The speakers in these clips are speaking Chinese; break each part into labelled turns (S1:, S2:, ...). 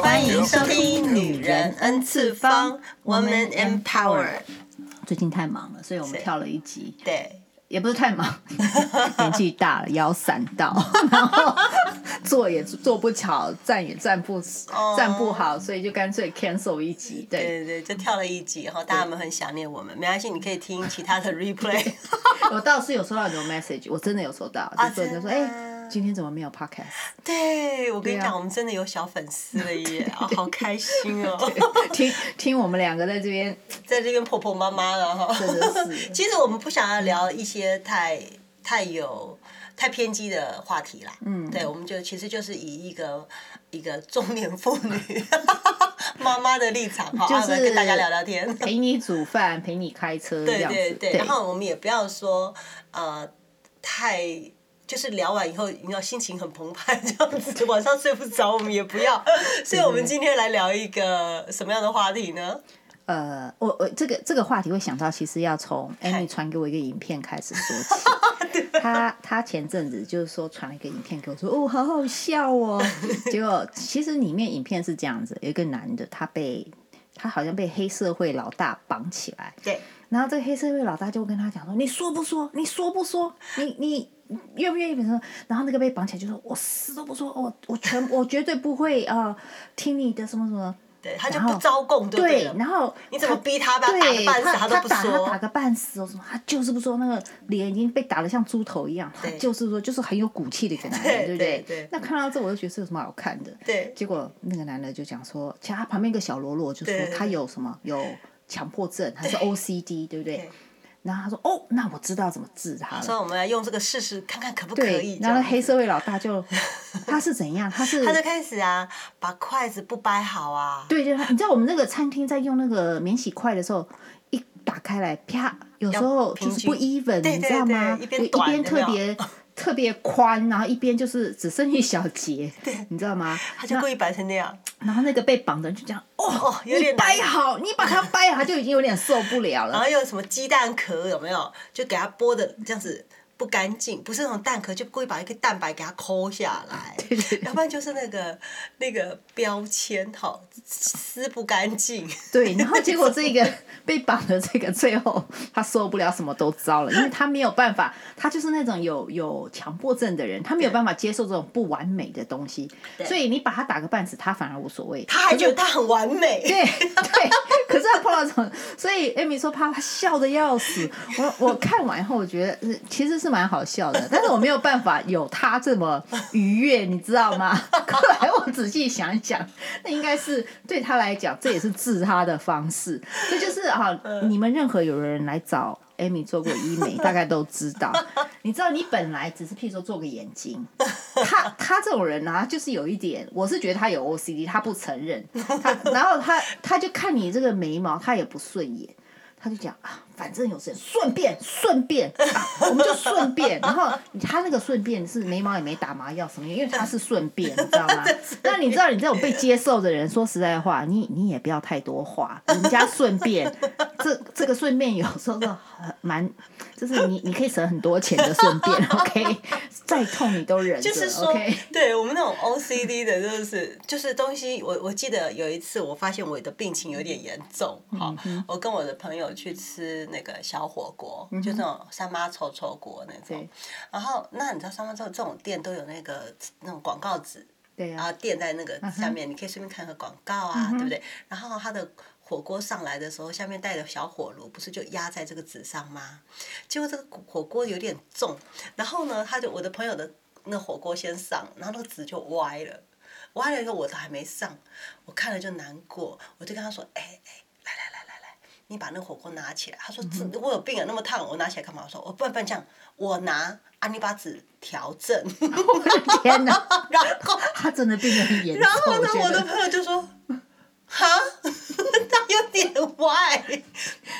S1: 欢迎收听《女人 N 次方》（Woman Empower）。
S2: 最近太忙了，所以我们
S1: 是
S2: 跳了一集，
S1: 对，
S2: 也不是太 忙，年纪大了腰闪到，然后坐也坐不巧，站也站不
S1: 哦
S2: 站不好，所以就干脆 cancel 一集。对，
S1: 对对对，就跳了一集，然后大家们很想念我们，没关系，你可以听其 他的 replay。
S2: 我倒是有收到很多 message，我真的有收到，
S1: 啊
S2: 就说人家说，
S1: 真
S2: 哎、
S1: 的啊
S2: 今天怎么没有 podcast？
S1: 对，我跟你
S2: 对
S1: 讲，
S2: 啊
S1: 我们真的有小粉丝了 耶，啊，好开心哦，
S2: 听听我们两个在这边，
S1: 在这边婆婆妈妈了哈。
S2: 真的是
S1: 其实我们不想要聊一些太太有太偏激的话题啦。嗯，对，我们就其实就是以一个一个中年妇女 妈妈的立场哈，
S2: 就
S1: 啊
S2: 是
S1: 跟大家聊聊天。
S2: 陪你煮饭，陪你开车这
S1: 对
S2: 样子。
S1: 对对，然后我们也不要说呃太。就是聊完以后，你要心情很澎湃，这样子 晚上睡不着，我们也不 要。所以，我们今天来聊一个什么样的话题呢？
S2: 呃，我我这个这个话题会想到，其实要从
S1: 嗨
S2: Amy 传给我一个影片开始说起。她她前阵子就是说传了一个影片给我说，哦，好好笑哦。结果其实里面影片是这样子，有一个男的，他被他好像被黑社会老大绑起来，
S1: 对，
S2: 然后这个黑社会老大就跟他讲说：“你说不说？你说不说？你你愿不愿意？”说，然后那个被绑起来就说：“我死都不说，我我全我绝对不会呃听你的什么什么。”
S1: 对他就
S2: 然后
S1: 不招供就对
S2: 对
S1: 了，
S2: 然后
S1: 你怎么
S2: 他
S1: 逼他把他打个
S2: 对
S1: 半死
S2: 他
S1: 他都不
S2: 打他
S1: 说
S2: 打个半死哦什么，他就是不说那个脸已经被打得像猪头一样，他
S1: 对
S2: 就是说就是很有骨气的一个男
S1: 对
S2: 人，不
S1: 对
S2: 对？
S1: 对
S2: 那看到这我就觉得是有什么好看的？
S1: 对
S2: 结果那个男的就讲说，其实他旁边一个小喽啰就说
S1: 对
S2: 他有什么有强迫症，他是 OCD，对不对
S1: 对？
S2: 然后他说哦，那我知道怎么治他
S1: 所以
S2: 了。
S1: 我们来用这个试试，看看可不可以
S2: 对，。
S1: 这样
S2: 然后那黑社会老大就 他是怎样？他是
S1: 他就开始啊，把筷子不掰好啊，
S2: 对，就是它你知道我们那个餐厅在用那个免洗筷的时候，一打开来啪，有时候
S1: 平
S2: 就是
S1: 均
S2: 不 even，
S1: 对
S2: 你
S1: 对
S2: 知道
S1: 对
S2: 吗？
S1: 一边
S2: 对
S1: 短
S2: 一边
S1: 有没有
S2: 特 别特别宽，然后一边就是只剩一小 节，你知道吗？
S1: 他就故意摆成那样。
S2: 然后那个被绑的人就这样，哦
S1: 哦，有
S2: 你
S1: 点
S2: 掰好，你把它掰好，他就已经有点受不了
S1: 然
S2: 了。
S1: 后又有什么鸡蛋壳有没有？就给他剥的这样子不干净，不是那种蛋壳，就故意把一个蛋白给它抠下来。要不然就是那个那个标签好撕不干净。
S2: 对，然后结果这个被绑的这个最后他受不了，什么都糟了，因为他没有办法，他就是那种有有强迫症的人，他没有办法接受这种不完美的东西，所以你把他打个半死，他反而无所谓。
S1: 他还觉得他很完美。
S2: 对对， 可是他碰到这种，所以 Amy 说怕他笑的要死。我我看完以后，我觉得呃其实是蛮好笑的，但是我没有办法有他这么愉悦，你知道吗？ 后来我仔细想一想，那应该是对他来讲，这也是治他的方式。这就是啊，你们任何有人来找。Amy 做过医美，大概都知道。你知道，你本来只是譬如说做个眼睛，他 他这种人啊，就是有一点，我是觉得他有 OCD，他不承认，他 然后他他就看你这个眉毛，他也不顺眼，他就讲啊，反正有时间顺便顺便、啊，我们就顺便，然后他那个顺便是眉毛也没打麻药什么，因为他是顺便，你知 道吗？那你知道你这种被接受的人，说实在话，你你也不要太多话，人家顺便，这这个顺便有时候是很蛮，就是你你可以省很多钱的顺 便，OK，再痛你都忍着
S1: 就是说
S2: ，OK。
S1: 对我们那种 OCD 的，就是就是东西，我我记得有一次，我发现我的病情有点严重，哈、
S2: 嗯
S1: 我跟我的朋友去吃那个小火锅，就那种三妈臭臭锅那种
S2: 嗯对，
S1: 然后那你知道三妈臭这种店都有那个那种广告纸，
S2: 对
S1: 然后
S2: 啊，
S1: 垫在那个下面，你可以顺便看个广告啊，对不对？然后它的火锅上来的时候，下面带的小火炉不是就压在这个纸上吗？结果这个火锅有点重，然后呢，他就我的朋友的那火锅先上，然后那个纸就歪了，歪了以后我都还没上，我看了就难过，我就跟他说：“哎哎，来来来来来，你把那个火锅拿起来。”他说：“这我有病啊，那么烫，我拿起来干嘛？”我说：“我哦不然不然这样，我拿啊，你把纸调正。
S2: 我的天哪！”
S1: 然后。
S2: 他真的变得很严重。
S1: 然后呢，
S2: 我
S1: 我
S2: 觉
S1: 的
S2: 得
S1: 朋友就说：“哈， 他有点歪。”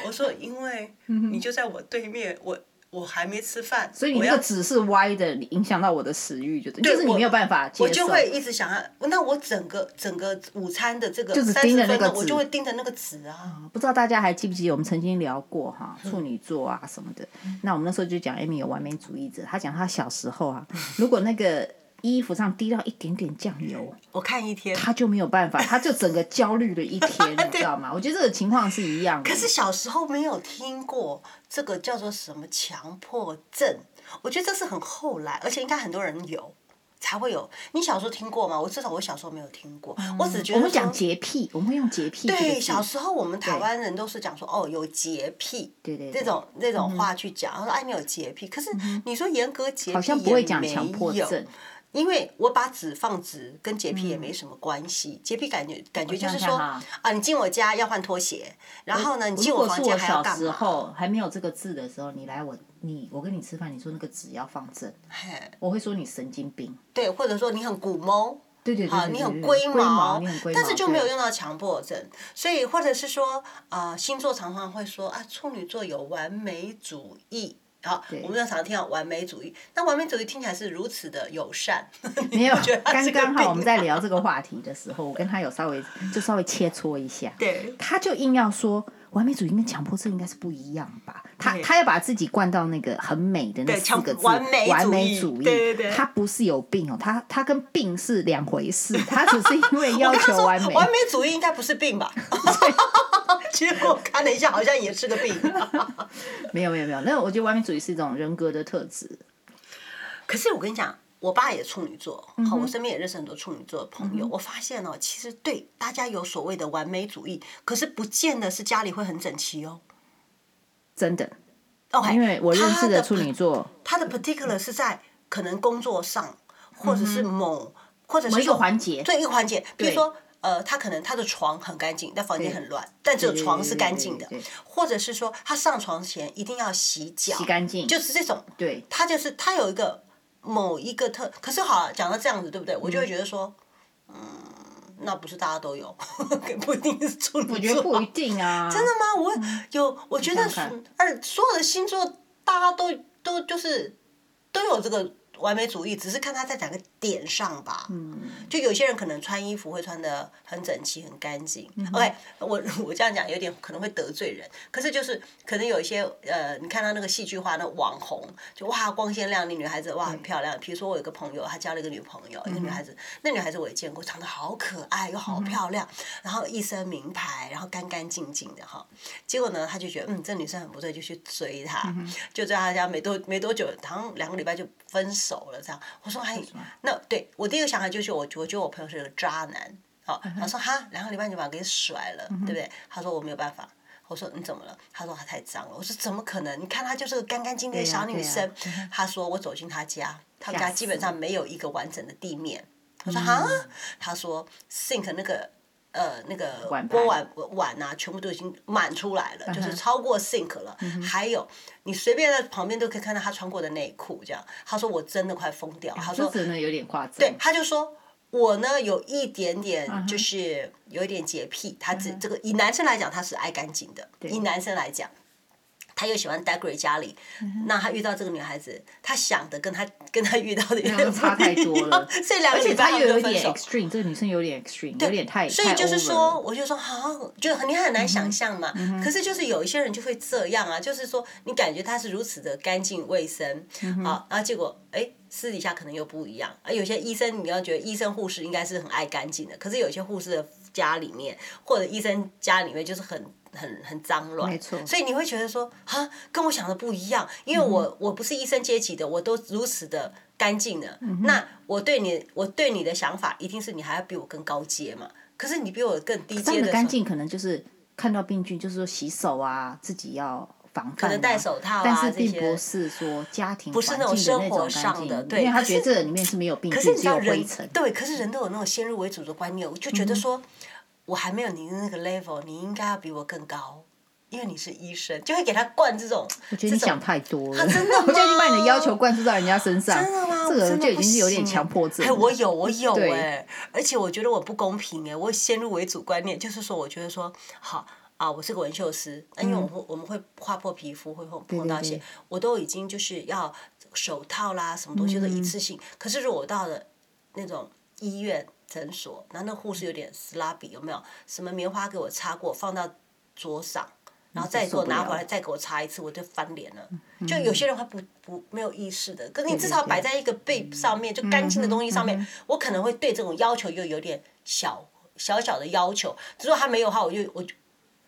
S1: 我说：“因为你就在我对面，我我还没吃饭，
S2: 嗯所以你
S1: 我
S2: 那个
S1: 要
S2: 纸是歪的，你影响到我的食欲，就是就是你
S1: 我
S2: 没有办法接受。
S1: 我就会一直想要，那我整个整个午餐的这个
S2: 就只
S1: 三
S2: 盯
S1: 十
S2: 着
S1: 分
S2: 那个
S1: 钟，我
S2: 纸
S1: 就会盯着那个纸啊。
S2: 不知道大家还记不记得我们曾经聊过哈
S1: 嗯
S2: 处女座啊
S1: 嗯
S2: 什么的。那我们那时候就讲 Amy 有完美主义者，她讲她小时候啊，如果那个衣服上滴到一点点酱油，
S1: 我看一天。
S2: 他就没有办法，他就整个焦虑了 一天，你知道吗？我觉得这个情况是一样的。
S1: 可是小时候没有听过这个叫做什么强迫症，我觉得这是很后来，而且应该很多人有才会有。你小时候听过吗？我至少我小时候没有听过，我只觉
S2: 嗯我
S1: 得
S2: 们讲
S1: 说
S2: 洁癖，我们会用洁癖这个
S1: 对
S2: 字
S1: 小时候我们台湾人都是讲说哦有洁癖，
S2: 对对对嗯
S1: 这种这种话去讲，他说哎你有洁癖，可是你说严格洁癖
S2: 好像不
S1: 也
S2: 会讲
S1: 没
S2: 强迫
S1: 有
S2: 症，嗯
S1: 因为我把纸放直跟洁癖也没什么关系，洁癖感觉感觉就是
S2: 想
S1: 说
S2: 想哈
S1: 啊，你进我家要换拖鞋，然后呢，你进
S2: 如果
S1: 房
S2: 是
S1: 间
S2: 我
S1: 还要
S2: 小
S1: 干
S2: 时
S1: 嘛？
S2: 候还没有这个字的时候，你来我你我跟你吃饭，你说那个纸要放正，
S1: 嘿
S2: 我会说你神经病。
S1: 对，或者说你很古猫，
S2: 对对对
S1: 啊，
S2: 对
S1: 你
S2: 对
S1: 很
S2: 对
S1: 龟
S2: 嗯龟
S1: 毛
S2: 毛，你很龟毛，
S1: 但是就没有
S2: 对
S1: 用到强迫症，所以或者是说，啊，星座常常会说啊，处女座有完美主义。好，
S2: 对
S1: 我们常常听到完美主义，那完美主义听起来是如此的友善，
S2: 没有
S1: 你不觉得，他
S2: 刚
S1: 是个
S2: 刚
S1: 病啊
S2: 好我们在聊这个话题的时候，我跟他有稍微就稍微切磋一下，
S1: 对
S2: 他就硬要说完美主义跟强迫症应该是不一样吧？他
S1: 对
S2: 他要把自己灌到那个很美的那
S1: 对
S2: 四
S1: 强
S2: 个字，
S1: 完美主义
S2: 主义，
S1: 对对对
S2: 他不是有病哦，他他跟病是两回事，他只是因为 要
S1: 我跟他
S2: 求
S1: 说
S2: 完美，
S1: 完美主义应该不是病吧？ 结果看了一下，好像也是个病。
S2: 没有没有没有，那我觉得完美主义是一种人格的特质，
S1: 可是我跟你讲，我爸也处女座，
S2: 嗯
S1: 好、我身边也认识很多处女座的朋友。我发现哦，其实对大家有所谓的完美主义，可是不见得是家里会很整齐哦。
S2: 真的，
S1: OK，
S2: 因为我认识的
S1: 哎他
S2: 处女座
S1: 他的 particular 是在可能工作上，或者是某，或者是
S2: 嗯某一个
S1: 说
S2: 环节，
S1: 对一个环节，比如
S2: 对
S1: 说。呃，他可能他的床很干净，但房间
S2: 对
S1: 很乱，但只有床是干净的
S2: 对对对对，
S1: 或者是说他上床前一定要洗脚，
S2: 洗干净，
S1: 就是这种
S2: 对，
S1: 他就是他有一个某一个特，可是好啊讲到这样子，对不对？我就会觉得说，嗯，那不是大家都有， 不一定是处
S2: 我
S1: 女
S2: 觉得
S1: 座
S2: 不，一定
S1: 哦
S2: 啊，
S1: 真的吗？我有，我觉得
S2: 你想想
S1: 是而所有的星座大家都都就是都有这个。完美主义只是看他在哪个点上吧，嗯，就有些人可能穿衣服会穿的很整齐、很干净。OK，我
S2: 嗯
S1: 我这样讲有点可能会得罪人，可是就是可能有一些呃，你看到那个戏剧化的网红，就哇光鲜亮丽，女孩子
S2: 嗯
S1: 哇很漂亮。比如说我有个朋友，她交了一个女朋友，一个女孩子，那女孩子我也见过，长得好可爱又
S2: 嗯
S1: 好漂亮，然后一身名牌，然后干干净净的哈。结果呢，他就觉得嗯这女生很不错，就去追她，
S2: 嗯
S1: 就追她家没多没多久，好像两个礼拜就分手了这样。我说哎，那对我第一个想法就是我我觉得我朋友是个渣男。好，
S2: 嗯
S1: 我说哈，两个礼拜你就把他给甩了，对不对？他说我没有办法。我说你嗯怎么了？他说他太脏了。我说怎么可能？你看她就是个干干净净的
S2: 对呀
S1: 小女
S2: 对呀嗯
S1: 生。他说我走进他家，他们
S2: 吓
S1: 家基本
S2: 死嗯
S1: 上没有一个完整的地面。我说哈，他说 sink 那个。呃，那个
S2: 碗
S1: 锅
S2: 盘
S1: 碗碗啊，全部都已经满出来了，就是
S2: 嗯哼嗯
S1: 超过 sink 了。还有，你随便在旁边都可以看到他穿过的内裤，这样。他说我真的快疯掉了。他说
S2: 哎这真的有点夸张，
S1: 对，他就说我呢有一点
S2: 嗯
S1: 点就是有一点洁癖，他只这个以男生来讲他是爱干净的，以男生来讲。他又喜欢 decorate 家里，
S2: 嗯
S1: 那他遇到这个女孩子，他想的跟他跟他遇到的有
S2: 那
S1: 点
S2: 差
S1: 不
S2: 太
S1: 一
S2: 多
S1: 样
S2: 了
S1: 所以两
S2: 而
S1: 个
S2: 且
S1: 礼拜
S2: 她
S1: 他
S2: 又
S1: 们
S2: 有
S1: 就分
S2: 点
S1: 手。
S2: extreme，这个女生有点 extreme，有点太，
S1: 所以就是
S2: 太 over
S1: 说，
S2: 了，嗯
S1: 我就说好，就很你很难想象嘛。可是就是有一些人就会这样啊，就是说你感觉他是如此的干净卫生，
S2: 嗯
S1: 好，然后结果哎。私底下可能又不一样，而啊有些医生，你要觉得医生护士应该是很爱干净的，可是有些护士的家里面或者医生家里面就是很很很脏乱，
S2: 没错
S1: 所以你会觉得说啊，跟我想的不一样，因
S2: 嗯
S1: 为我、我不是医生阶级的，我都如此的干净的，
S2: 嗯
S1: 那我对你我对你的想法一定是你还要比我更高阶嘛，可是你比我更低
S2: 他
S1: 阶
S2: 们
S1: 的时
S2: 的
S1: 候
S2: 干，净可能就是看到病菌，就是说洗手啊，自己要防范、啊，可
S1: 能戴手套啊
S2: 但是
S1: 这
S2: 并
S1: 些
S2: 不是说家庭不
S1: 是那种生活上的对
S2: 因为他
S1: 可是
S2: 觉得这里面是没有病
S1: 可是
S2: 菌，
S1: 你
S2: 只
S1: 知道
S2: 有
S1: 人
S2: 灰尘。嗯
S1: 对，可是人都有那种先入为主的观念，我就觉得说，我还没有你那个 level，你应该要比我更高，因为你是医生，就会给他灌这种，
S2: 我觉得你
S1: 这种啊
S2: 想太多了，
S1: 真的
S2: 我觉得你把你
S1: 吗
S2: 的要求灌输到人家身上，
S1: 真的吗？
S2: 这
S1: 我
S2: 个
S1: 真的
S2: 就已
S1: 不
S2: 经是有点
S1: 行
S2: 强迫症
S1: 哎，
S2: 了。
S1: 我有，我有
S2: 对
S1: 哎、而且我觉得我不公平哎、我先入为主观念，就是说，我觉得说，好啊，我是个纹绣师，那因为我们会、我们会划破皮肤，会碰碰到一些，
S2: 嗯对
S1: 我都已经就是要手套啦，什么东西都一
S2: 嗯
S1: 次性。可是如果我到了那种医院诊所，然后那护士有点斯拉比，有没有什么棉花给我擦过，放到桌上。然后再给我
S2: 嗯受不了嗯
S1: 拿回来，再给我查一次，我就翻脸了。就有些人他不不没有意识的，可是你至少摆在一个被上面，就干净的东西上面，我可能会对这种要求又有点小小小的要求。如果他没有的话，我就我就。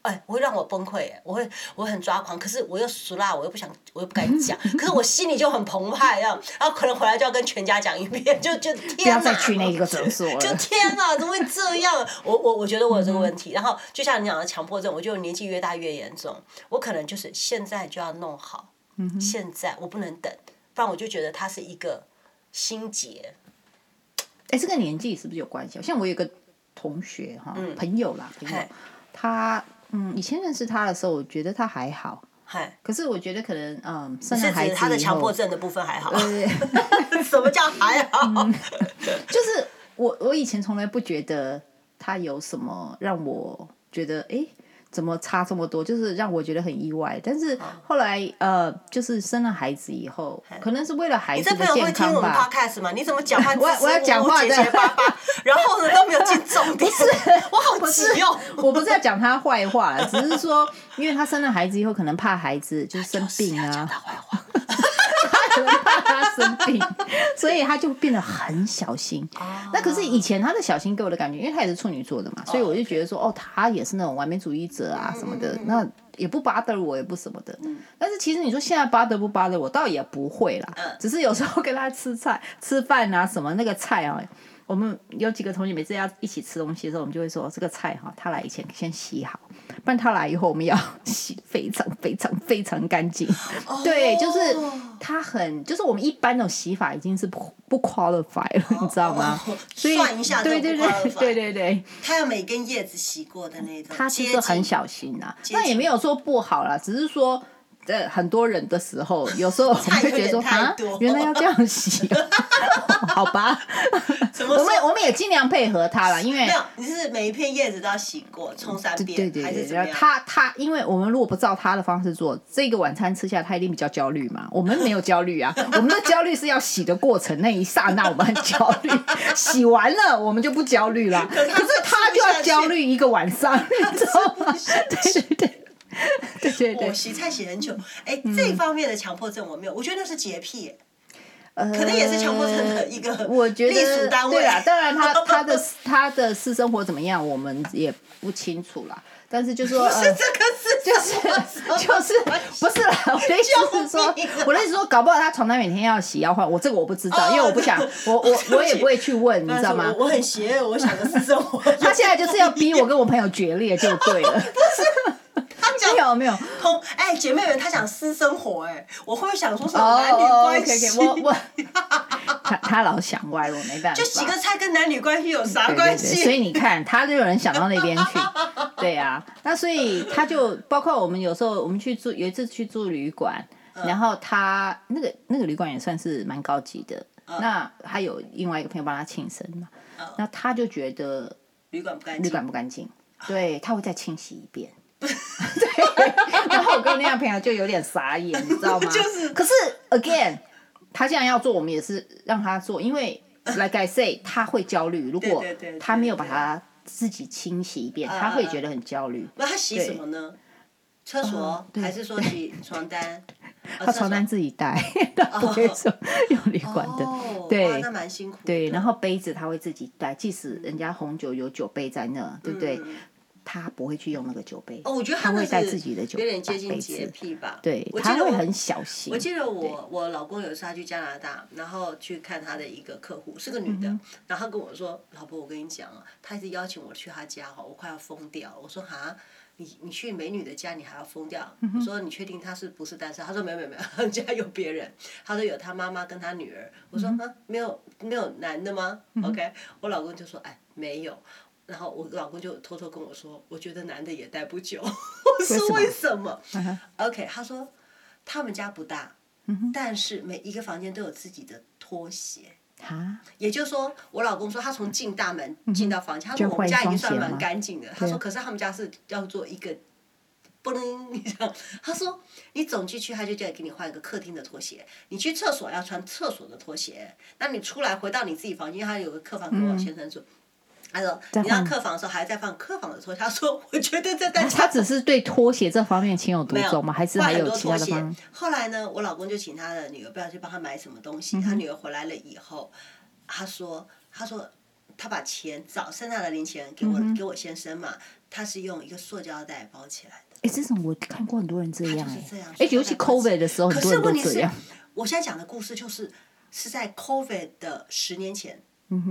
S1: 哎，我会让我崩溃耶，我会我会很抓狂，可是我又俗辣，我又不想，我又不敢 讲，可是我心里就很澎湃，这样，然后可能回来就要跟全家讲一遍，就就天
S2: 不要再
S1: 哪
S2: 去那一个诊所了。嗯
S1: 就天哪，怎么会这样？我我我觉得我有这个问题。然后就像你讲的强迫症，我觉得我年纪越大越严重。我可能就是现在就要弄好，
S2: 嗯
S1: 现在我不能等，不然我就觉得它是一个心结。
S2: 哎，这个年纪是不是有关系啊？像我有个同学哈，
S1: 嗯
S2: 朋友啦，朋友
S1: 嗨，
S2: 他嗯，以前认识他的时候，我觉得他还好，
S1: 嗨，
S2: 可是我觉得可能嗯，生了
S1: 是
S2: 孩
S1: 指
S2: 子
S1: 他的
S2: 以
S1: 强
S2: 后
S1: 迫，症的部分还好。
S2: 对，
S1: 什么叫还好？
S2: 就是我我以前从来不觉得他有什么让我觉得哎。诶怎么差这么多？就是让我觉得很意外。但是
S1: 哦
S2: 后来，呃，就是生了孩子以后，可能是为了孩
S1: 你
S2: 子
S1: 哎这
S2: 的
S1: 朋友
S2: 健
S1: 会听
S2: 康
S1: 我们
S2: 吧。
S1: podcast 吗？你怎么讲话支
S2: 我
S1: 支
S2: 我要讲
S1: 吾吾、
S2: 话
S1: 结
S2: 的
S1: 结巴 巴，然后呢都没有进重点？ 我好急哦！
S2: 我不是要讲他坏话啦，只是说，因为他生了孩子以后，可能怕孩子就是生病
S1: 就是要讲
S2: 啊，
S1: 他坏话。
S2: 可能怕他生病，所以他就变得很小心。
S1: 哦
S2: 那可是以前他的小心给我的感觉，因为他也是处女座的嘛，所以我就觉得说，哦，他也是那种完美主义者啊什么
S1: 嗯
S2: 的，那也不 bother 我，也不什么的。但是其实你说现在 bother 不 bother 我，倒也不会啦，
S1: 嗯
S2: 只是有时候跟他吃菜、吃饭啊什么那个菜啊。我们有几个同学每次要一起吃东西的时候，我们就会说这个菜哈，他来以前先洗好，不然他来以后我们要 洗得非常非常非常干净。
S1: 哦
S2: 对，就是他很，就是我们一般那种洗法已经是不不 qualify 了，你知道吗？
S1: 哦
S2: 所以
S1: 算一下就
S2: 对
S1: 不
S2: 对
S1: qualify
S2: 对对对对，
S1: 他有每根叶子洗过的那种，
S2: 他就
S1: 接
S2: 是
S1: 近
S2: 很小心呐、
S1: 接近
S2: 那也没有说不好啦，只是说。呃，很多人的时候，有时候我们
S1: 菜
S2: 会
S1: 有
S2: 觉得说
S1: 点太
S2: 啊
S1: 多，
S2: 原来要这样洗 哦、好 吧？
S1: 怎么
S2: 我
S1: 说
S2: 们我们也尽量配合他啦，因为
S1: 没有，你是每一片叶子都要洗过，冲三遍，
S2: 对对
S1: 还
S2: 对
S1: 是怎
S2: 对，
S1: 么
S2: 后
S1: 样？
S2: 他他，因为我们如果不照他的方式做，这个晚餐吃下来，他一定比较焦虑嘛。我们没有焦虑啊，我们的焦虑是要洗的过程那一刹那，我们很焦虑，洗完了我们就不焦虑啦。可
S1: 是他
S2: 是他就要焦虑一个 晚上，你知道吗？对对对，对对
S1: 我
S2: 对，嗯
S1: 洗菜洗很久，哎、这方面的强迫症我没有，我觉得那是洁癖、
S2: 呃
S1: 可能也是强迫症的一个
S2: 我觉得
S1: 隶属单位
S2: 对啊，当 然他他的他的私生活怎么样，我们也不清楚啦。但是 就
S1: 不
S2: 说
S1: 是
S2: 呃
S1: 这个
S2: 就是是
S1: 什么什 么
S2: 就是不 是啦，我的意思是说
S1: 救命啊，
S2: 我的意思是说，搞不好他床单每天要洗要换，我这个我不知道，
S1: 哦
S2: 因为我不想，我我我也不会去问， 你
S1: 但
S2: 知
S1: 是
S2: 道吗
S1: 我？我很邪恶，我想的是生活。
S2: 他现在就是要逼我跟我朋友决裂就 对了，
S1: 他讲
S2: 没有没有，
S1: 通，哎、姐妹们，他讲私生活、哎，我会不会想说什么
S2: 哦
S1: 男女
S2: ，OK
S1: 关系
S2: OK，我我他他老想歪了，我没办法，
S1: 就洗个菜跟男女关系有啥
S2: 对对
S1: 关
S2: 对，
S1: 系？
S2: 所以你看，他就有人想到那 边去，对啊，那所以他就包括我们有时候我们去住，有一次去住旅馆，
S1: 嗯
S2: 然后他那个那个旅馆也算是蛮高级的。
S1: 嗯
S2: 那还有另外一个朋友帮他庆生嘛，那他就觉得
S1: 旅馆不干
S2: 旅
S1: 净，
S2: 馆不干净，
S1: 啊
S2: 对他会再清洗一 遍。对，然后我跟那样朋友就有点傻眼，你知道吗？
S1: 就是
S2: 可是 again，他既然要做，我们也是让他做，因为 like I say，他会焦虑，如果
S1: 对对对
S2: 他没有把
S1: 对
S2: 它自己清洗一遍，
S1: 嗯
S2: 他会觉得很焦虑。
S1: 那他洗什么呢？厕所
S2: 嗯、对
S1: 还是说洗床 单？呃
S2: 他床单自己带，他不会说用旅
S1: 嗯哦
S2: 馆的。
S1: 哦
S2: 对
S1: 哇那蛮辛苦的。
S2: 对，然后杯子他会自己带，即使人家红酒有酒杯在那，对不对？
S1: 嗯
S2: 他不会去用那个酒杯，
S1: 哦，我觉得
S2: 他
S1: 那
S2: 会
S1: 是
S2: 带自己的酒
S1: 有点接
S2: 杯
S1: 近洁
S2: 子，
S1: 癖吧。
S2: 对，
S1: 我记
S2: 他
S1: 得
S2: 会
S1: 我
S2: 很小心。
S1: 我记得我我老公有一次他去加拿大，然后去看他的一个客户，是个女的，然后他跟我说：“老婆，我跟你讲啊，他一直邀请我去他家哈，我快要疯掉了。”我说：“哈，你你去美女的家，你还要疯掉？”我说：“你确定他是不是单身？”他说：“没有没有没有，他们家有别人。”他说：“有他妈妈跟他女儿。”我说：“啊，没有没有男的吗？”OK，我老公就说：“哎，没有。”然后我老公就偷偷跟我说：“我觉得男的也待不久。”我说：“为
S2: 为
S1: 什么
S2: 嗯哼
S1: OK，他说他们家不大，
S2: 嗯
S1: 但是每一个房间都有自己的拖鞋。
S2: 啊，
S1: 也就是说，我老公说他从进大门进到房间，他说
S2: 嗯就
S1: 我们
S2: 换一
S1: 家已经算
S2: 双鞋
S1: 蛮
S2: 吗
S1: 干净的。他说，
S2: 对啊
S1: 可是他们家是要做一个。不能，你知道？他说你走进去，他就叫给你换一个客厅的拖鞋；你去厕所要穿厕所的拖鞋。那你出来回到你自己房间，因为他有个客房跟我先生住，他说
S2: 再
S1: 你让
S2: 嗯换
S1: 客房的时候还在放客房的时候，他说我觉得这大
S2: 啊
S1: 家
S2: 他只是对拖鞋这方面情有独
S1: 没有
S2: 钟吗？还是
S1: 换
S2: 还
S1: 很
S2: 有
S1: 多
S2: 其
S1: 拖
S2: 他的
S1: 鞋
S2: 方？
S1: 后来呢，我老公就请他的女儿不要去帮他买什么东
S2: 嗯
S1: 西。他女儿回来了以后，他说他说他把钱找剩下的零钱给
S2: 嗯
S1: 我、给我先生嘛，他是用一个塑胶袋包起来的。
S2: 哎，这种我看过很多人这样
S1: 他就是这
S2: 哎
S1: 样，
S2: 哎，尤
S1: 说
S2: 其
S1: 来
S2: COVID 的时候，很
S1: 可
S2: 多
S1: 是
S2: 人都
S1: 问题
S2: 这
S1: 是
S2: 样。，
S1: 我现在讲的故事就是是在 COVID 的十年前。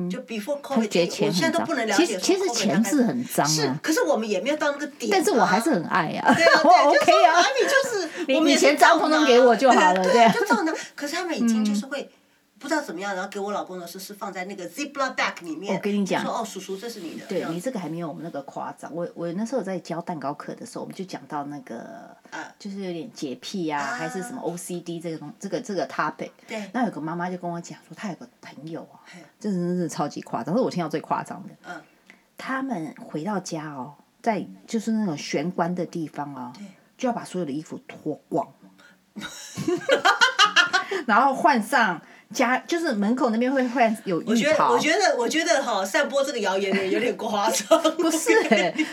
S1: 就 before
S2: 嗯他
S1: COVID，
S2: 觉得
S1: 我
S2: 钱
S1: 现在都
S2: 很脏
S1: 不能，了
S2: 其
S1: 解
S2: 实
S1: 说
S2: 其实
S1: COVID
S2: 钱
S1: 大概
S2: 是很脏
S1: 是
S2: 啊，，
S1: 可是我们也没有到那个点、
S2: 但是我还是很爱啊，
S1: 对啊，
S2: 我
S1: 对，就
S2: OK
S1: 说哪，
S2: 啊
S1: 里就是
S2: 你
S1: 我们也
S2: 你钱
S1: 是照
S2: 账通通
S1: 拿
S2: 给我就好了
S1: 对
S2: 对啊
S1: 就照拿。可是他们已经就是会。不知道怎么样，然后给我老公的是是放在那个 Ziploc bag 里面。
S2: 我跟你讲
S1: 就说哦，叔叔，这是你的。这
S2: 对
S1: 样
S2: 你这个还没有我们那个夸张。我我那时候在教蛋糕课的时候，我们就讲到那个，
S1: 啊
S2: 就是有点洁癖啊，还是什么 OCD 这个东这个这个 topic。
S1: 对
S2: 那有个妈妈就跟我讲说，她有个朋友啊
S1: 嘿，
S2: 这真的是超级夸张，这是我听到最夸张的。
S1: 嗯，
S2: 他们回到家哦，在就是那种玄关的地方哦，就要把所有的衣服脱光， 然后换上家，就是门口那边会换有
S1: 我
S2: 浴
S1: 觉得，
S2: 袍
S1: 我。觉得，我觉得哈，散播这个谣言的人有点夸张。
S2: 不是、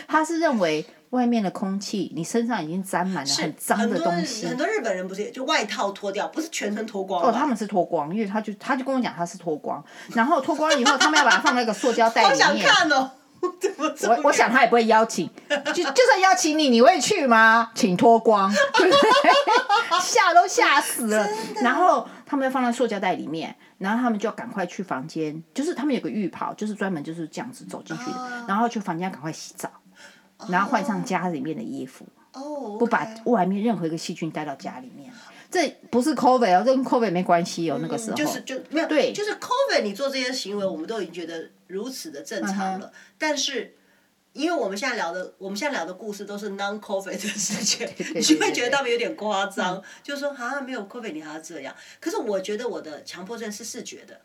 S2: 他是认为外面的空气，你身上已经沾满 了
S1: 是
S2: 很脏的
S1: 很多
S2: 东
S1: 人
S2: 西
S1: 很。多日本人不是也就外套脱掉，不是全身脱光
S2: 哦，
S1: 吗
S2: 他们是脱光，因为他就他就跟我讲他是脱光，然后脱光了以后，他们要把它放在一个塑胶袋
S1: 好
S2: 里
S1: 想
S2: 面。
S1: 看哦。 怎么这么
S2: 我我想他也不会邀请，就就算邀请你，你会去吗？ 请脱光，对不对？吓都吓死了。然后他们要放在塑胶袋里面，然后他们就赶快去房间，就是他们有个浴袍，就是专门就是这样子走进去的，
S1: 哦
S2: 然后去房间赶快洗澡，然后换上家里面的衣服。
S1: 哦，
S2: 不把外面任何一个细菌带到家里面。这不是 COVID 哦，这跟 COVID 没关系哦。那个时候，
S1: 嗯就是就没有
S2: 对
S1: 就是 COVID，你做这些行为，我们都已经觉得如此的正常
S2: 嗯
S1: 了。但是，因为我们现在聊的，我们现在聊的故事都是 non COVID 的事情，
S2: 对
S1: 你就会
S2: 对嗯
S1: 觉得他们有点夸张，就说啊没有 COVID 你还要这样。可是我觉得我的强迫症是视觉的，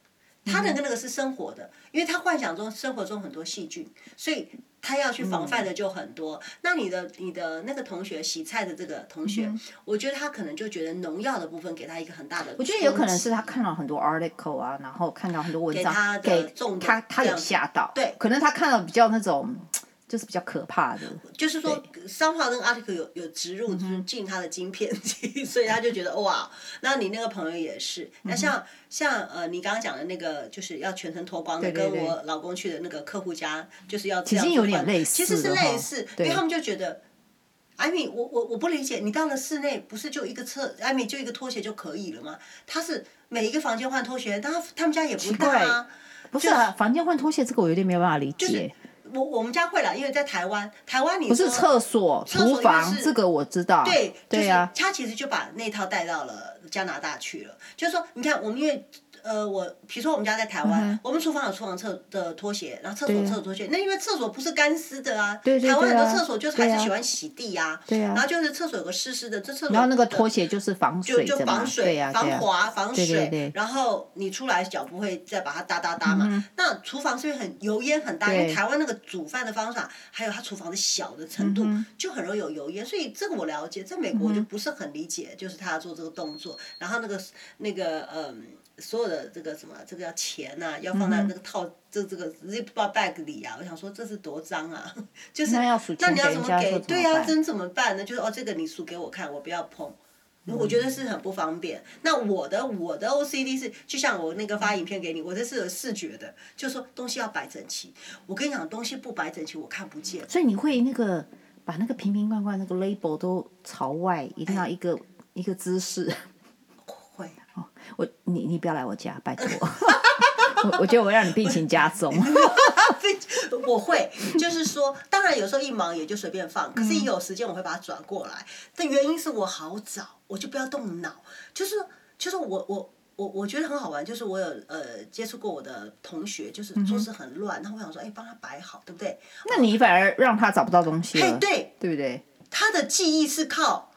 S1: 他
S2: 嗯
S1: 的跟那个是生活的，因为他幻想中生活中很多细菌，所以他要去防
S2: 嗯
S1: 范的就很多。那你的你的那个同学洗菜的这个同学，
S2: 嗯
S1: 我觉得他可能就觉得农药的部分给他一个很大的冲击，我
S2: 我觉得有可能是他看了很多 article 啊，然后看到很多文章
S1: 他，的
S2: 给
S1: 重点
S2: 他他
S1: 这
S2: 有
S1: 样子
S2: 吓到，
S1: 对
S2: 可能他看到比较那种就是比较可怕的，
S1: 就是说，呃商号那个 article 有有植入
S2: 嗯
S1: 就是进他的晶片 机，所以他就觉得哦哇，那你那个朋友也
S2: 嗯
S1: 是。那像像呃，你刚刚讲的那个就是要全程脱光的，
S2: 对
S1: 跟
S2: 对对
S1: 我老公去的那个客户家，就是要其
S2: 实有点类似
S1: 其实是
S2: 的哈
S1: 类似，因
S2: 对
S1: 为他们就觉得。艾米，我我我不理解，你到了室内不是就一个厕，艾米就一个拖鞋就可以了吗？他是每一个房间换拖鞋，但他他们家也不大啊，
S2: 不是啊，房间换拖鞋这个我有点没有办法理解，
S1: 我我们家会啦，因为在台湾，台湾你
S2: 不
S1: 说
S2: 是厕所、
S1: 所
S2: 厨
S1: 应该
S2: 房
S1: 是
S2: 这个我知道，
S1: 对，就是
S2: 对啊，
S1: 他其实就把那套带到了加拿大去了。就是说，你看，我们因为呃，我比如说我们家在台湾，我们厨房有厨房厕的拖鞋，然后厕所
S2: 嗯对啊
S1: 厕所拖鞋。那因为厕所不是干湿的啊，
S2: 对对
S1: 台湾很
S2: 对啊
S1: 多厕所就是还
S2: 对
S1: 是
S2: 啊
S1: 喜欢洗地啊，
S2: 对啊
S1: 然后就是厕所有个湿湿的，这厕所
S2: 然后那个
S1: 的
S2: 拖鞋就是防水
S1: 就
S2: 的嘛
S1: 防，水、
S2: 对呀对啊
S1: 防
S2: 呀，
S1: 滑、防水，
S2: 对对对嗯
S1: 然后你出来脚不会再把它哒哒哒嘛。那厨房是因为很油烟很大，因
S2: 对
S1: 为台湾那个煮饭的方法，还有它厨房的小的程度，
S2: 嗯
S1: 就很容易有油烟，所以这个我了解，在美国我就不是很理解，就是他要做这个动作，然后那个那个嗯。所有的这个什么，这个要钱呐、要放在
S2: 嗯
S1: 那个套、这这个 ziploc bag 里啊。我想说这是多脏啊，就是
S2: 那要数
S1: 那
S2: 钱
S1: 你要怎
S2: 给人
S1: 么
S2: 家
S1: 给？
S2: 说怎
S1: 对
S2: 么
S1: 呀、
S2: 办
S1: 真怎么办呢？就是哦，这个你数给我看，我不要碰。我觉得是很不方便。那我的我的 OCD 是，就像我那个发影片给你，我这是有视觉的，就是说东西要摆整齐。我跟你讲，东西不摆整齐，我看不见。
S2: 所以你会那个把那个瓶瓶罐罐那个 label 都朝外，一定要
S1: 哎
S2: 一个、一个姿势。
S1: 会，
S2: 我你你不要来我家，拜托。 我我觉得我让你病情加重。
S1: 我会，就是说，当然有时候一忙也就随便放，可
S2: 嗯
S1: 是一有时间我会把它转过来。的原因是我好找，我就不要动脑，就是就是我我。我我觉得很好玩，就是我有呃接触过我的同学，就是
S2: 嗯
S1: 桌子很乱，然后我想说，哎，帮他摆好，对不对？
S2: 那你反而让他找不到东西
S1: 哎，
S2: 了，
S1: 对，
S2: 对不啊对？
S1: 他的记忆是靠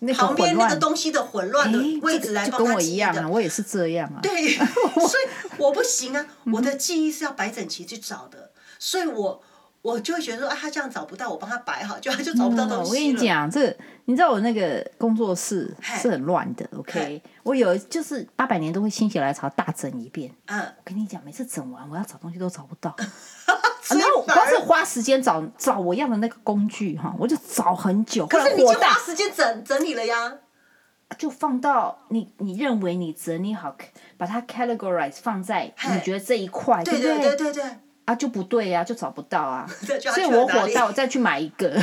S2: 那个
S1: 旁边
S2: 混
S1: 那
S2: 乱
S1: 个东西的混乱的
S2: 哎，
S1: 位
S2: 这
S1: 置
S2: 个
S1: 来
S2: 就
S1: 帮
S2: 跟
S1: 他
S2: 我
S1: 记
S2: 一
S1: 忆
S2: 样
S1: 的
S2: 啊，。我也是这样 啊。
S1: 对， 所以我不行啊，我
S2: 嗯
S1: 的记忆是要摆整齐去找的，所以我我就会觉得说，啊，他这样找不到，我帮他摆好，就他就找不到东西了。
S2: 嗯
S1: 嗯
S2: 我跟你，讲，这个你知道我那个工作室
S1: 嗨
S2: 是很乱的，OK？
S1: 嗨
S2: 我有就是八百年都会心血来潮大整一遍。
S1: 嗯，
S2: 我跟你讲，每次整完我要找东西都找不到，啊
S1: 所以
S2: 然后我
S1: 反
S2: 光
S1: 而
S2: 是花时间找找我要的那个工具哈，我就找很久，后
S1: 可
S2: 来
S1: 是你已
S2: 火
S1: 经
S2: 大
S1: 花时间整整理了呀。
S2: 就放到你你认为你整理好，把它 categorize 放在
S1: 嗨
S2: 你觉得这一块，
S1: 对
S2: 不
S1: 对对对对，
S2: 啊，就不对呀、就找不到 啊
S1: 对就，要
S2: 所以
S1: 去了
S2: 我
S1: 哪
S2: 火
S1: 里
S2: 到再去买一个，因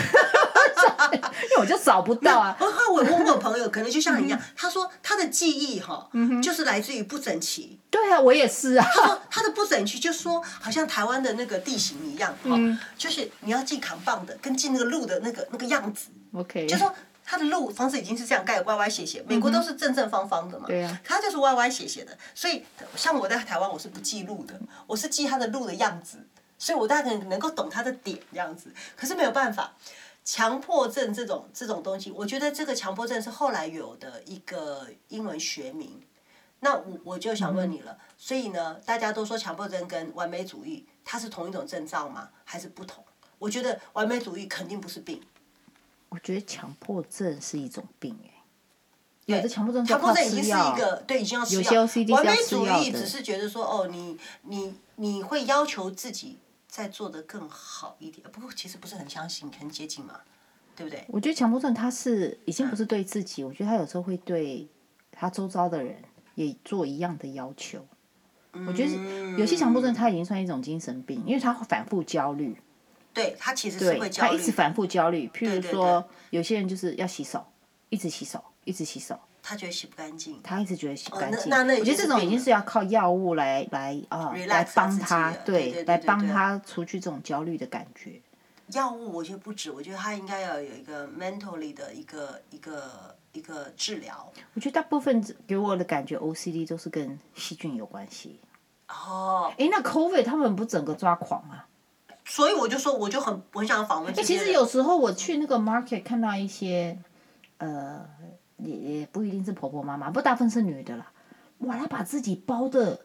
S2: 为我就找不到啊。嗯
S1: 我后来我问我朋友，可能就像你一样，他说他的记忆哈，就是来自于不整齐。
S2: 对啊，我也是啊。
S1: 他说他的不整齐，就说好像台湾的那个地形一样哈，
S2: 嗯
S1: 就是你要进扛棒的，跟进那个路的那个那个样子，
S2: OK，
S1: 就说他的路房子已经是这样盖歪歪斜斜，美国都是正正方方的嘛，
S2: 嗯对啊
S1: 可他就是歪歪斜斜的，所以像我在台湾我是不记路的，我是记他的路的样子，所以我大概能够懂他的点这样子，可是没有办法。强迫症这种这种东西，我觉得这个强迫症是后来有的一个英文学名。那我我就想
S2: 嗯
S1: 问你了，所以呢，大家都说强迫症跟完美主义，它是同一种症状吗？还是不同？我觉得完美主义肯定不是病，
S2: 我觉得强迫症是一一种病哎、
S1: 对
S2: 有的强迫症是
S1: 强迫症已
S2: 靠吃
S1: 经是
S2: 药
S1: 一个对已经要吃
S2: 有些
S1: 药
S2: OCD 是要
S1: 完美
S2: 吃
S1: 主
S2: 药
S1: 义
S2: 的
S1: 只是觉得说哦，你你你会要求自己再做得更好一点，不过其实不是很相信，很接近嘛，对不对？
S2: 我觉得强迫症他是已经不
S1: 嗯
S2: 是对自己，我觉得他有时候会对他周遭的人也做一样的要求。我觉得
S1: 嗯
S2: 是有些强迫症他已经算一种精神病，因为他会反复焦虑，
S1: 对他其实是
S2: 对
S1: 会
S2: 他
S1: 焦
S2: 一
S1: 虑
S2: 直
S1: 的，
S2: 反复焦虑。譬如
S1: 对对
S2: 说，有些人就是要洗手，一直洗手，一直洗手，
S1: 他觉得洗不干净，
S2: 他一直觉得洗不干
S1: 哦那
S2: 净。
S1: 那那已
S2: 我觉
S1: 经
S2: 得这
S1: 是
S2: 种
S1: 病
S2: 已经
S1: 了
S2: 是要靠药物来来啊、
S1: Relax
S2: 来帮
S1: 他
S2: 他
S1: 自己了，对对
S2: 来
S1: 对
S2: 帮
S1: 对
S2: 他除去这种焦虑的感觉。
S1: 药物我觉得不止，我觉得他应该要有一个 mentally 的一个一个一个治疗。
S2: 我觉得大部分给我的感觉 OCD 都是跟细菌有关系。
S1: 哦，
S2: 哎，那 COVID 他们不整个抓狂吗？
S1: 所以我就说，我就很我很想访问这
S2: 哎，
S1: 些
S2: 其
S1: 人。
S2: 实有时候我去那个 market 看到一些，呃，也也不一定是婆婆妈妈，不过大部分是女的啦。哇，她把自己 包的，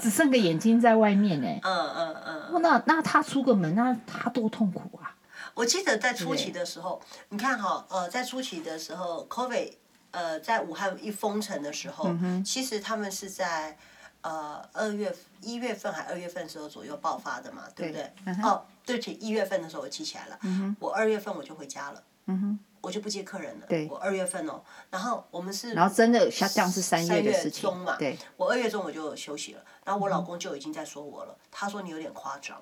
S2: 只剩个眼睛在外面哎、
S1: 嗯嗯嗯，
S2: 哇，那那她出个门，那她多痛苦啊！
S1: 我记得在初期的时候，你看哈、呃，在初期的时候，COVID，呃，在武汉一封城的时
S2: 嗯
S1: 候，其实他们是在呃二月一月份还二月份的时候左右爆发的嘛，对不对？
S2: 对嗯哼
S1: 哦，对不起，一月份的时候我记起来了，我二月份我就回家了，
S2: 嗯哼，
S1: 我就不接客人了。
S2: 对
S1: 我二月份哦，然后我们是，
S2: 然后真的 shut down 是三
S1: 三
S2: 月的
S1: 月
S2: 事情
S1: 中嘛，
S2: 对，
S1: 我二月中我就休息了，然
S2: 嗯
S1: 后我老公就已经在说我了，他说你有点夸张。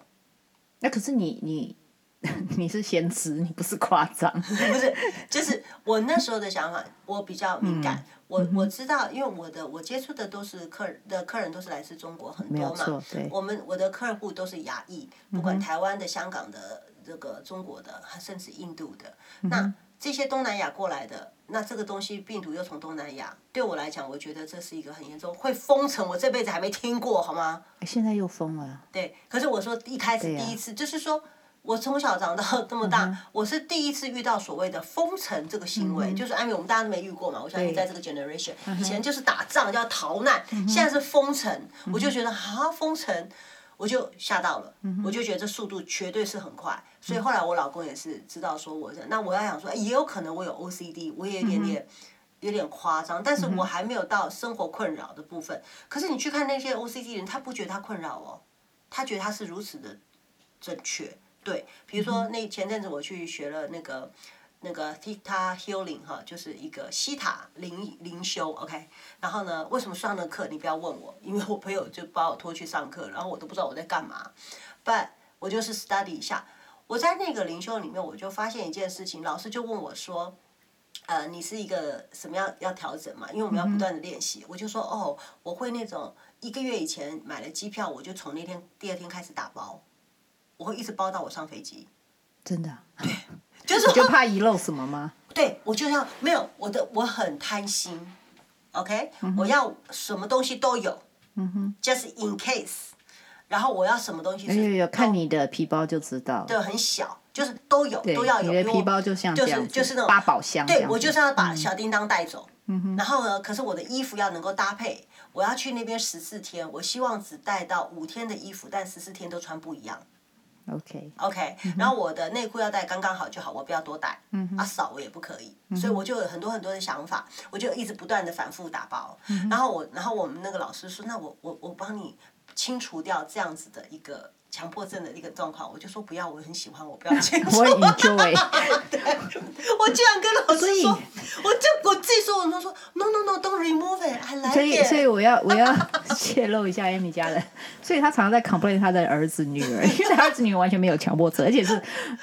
S2: 那可是你你 你是先知，你不是夸张，
S1: 不是，就是我那时候的想法，我比较
S2: 嗯
S1: 敏感，我我知道，因为我的我接触的都是客人的客人都是来自中国很
S2: 没有
S1: 多嘛
S2: 错，对嗯
S1: 我们我的客户都是亚裔，不管台湾的、香港的、这个中国的，甚至印度的，
S2: 嗯
S1: 那这些东南亚过来的。那这个东西病毒又从东南亚，对我来讲，我觉得这是一个很严重，会封城，我这辈子还没听过，好吗？
S2: 诶现在又疯了。
S1: 对，可是我说一开始
S2: 对呀
S1: 第一次，就是说我从小长到这么大，我是第一次遇到所谓的封城这个行为，就是艾米，我们大家都没遇过嘛。我相信
S2: 对
S1: 在这个 generation，以前就是打仗要逃难，现在是封城，我就觉得啊，封城。我就吓到了，我就觉得这速度绝对是很快，所以后来我老公也是知道说我这，那我要想说，哎也有可能我有 OCD，我也有一点点有点夸张，但是我还没有到生活困扰的部分。可是你去看那些 OCD 人，他不觉得他困扰哦，他觉得他是如此的正确。对，比如说那前阵子我去学了那个那个 Theta Healing 哈，就是一个西塔灵灵修，OK。然后呢，为什么上那个课？你不要问我，因为我朋友就把我拖去上课，然后我都不知道我在干嘛。But 我就是 study 一下，我在那个灵修里面，我就发现一件事情，老师就问我说。呃，你是一个什么样要调整嘛？因为我们要不断的练习。我就说哦，我会那种一个月以前买了机票，我就从那天第二天开始打包，我会一直包到我上飞 机。
S2: 真的啊，
S1: 就是
S2: 你就
S1: 我
S2: 怕遗漏什么吗？
S1: 对我就要没有我的，我很贪心，OK，、我
S2: 嗯
S1: 要什么东西都有，嗯哼，just in case，然后我要什么东西
S2: 哎有
S1: 是
S2: 有有，看
S1: 都
S2: 你的皮包就知道。
S1: 对很小，就是都有
S2: 对，
S1: 都要有，
S2: 你的
S1: 因为
S2: 皮
S1: 我
S2: 包就像
S1: 就
S2: 这
S1: 是
S2: 样子，
S1: 就是那种
S2: 八宝箱这样
S1: 对
S2: 子。嗯
S1: 我就是要把小叮当带走。然后呢？可是我的衣服要能够搭配，我要去那边十四天，我希望只带到五天的衣服，但十四天都穿不一样。
S2: OK，
S1: OK，、然
S2: 嗯
S1: 后我的内裤要带刚刚好就好，我不要多带，啊少我也不可以，
S2: 嗯
S1: 所以我就有很多很多的想法，
S2: 嗯
S1: 我就一直不断的反复打包。然后我，然后我们那个老师说，那我我我帮你清除掉这样子的一个强迫症的一个状况，我就说不要，我很喜欢，我不要清除。
S2: 我 enjoy。
S1: 对我居然跟老
S2: 所
S1: 师
S2: 以
S1: 说，我就我自己说，我都说 no no no，don't remove it，I like
S2: 所以，所
S1: it。
S2: 以我要 我要泄露一下 Amy 家人， 所以他常常在 complain 他的儿子女儿， 因为他儿子女儿完全没有强迫症，而且是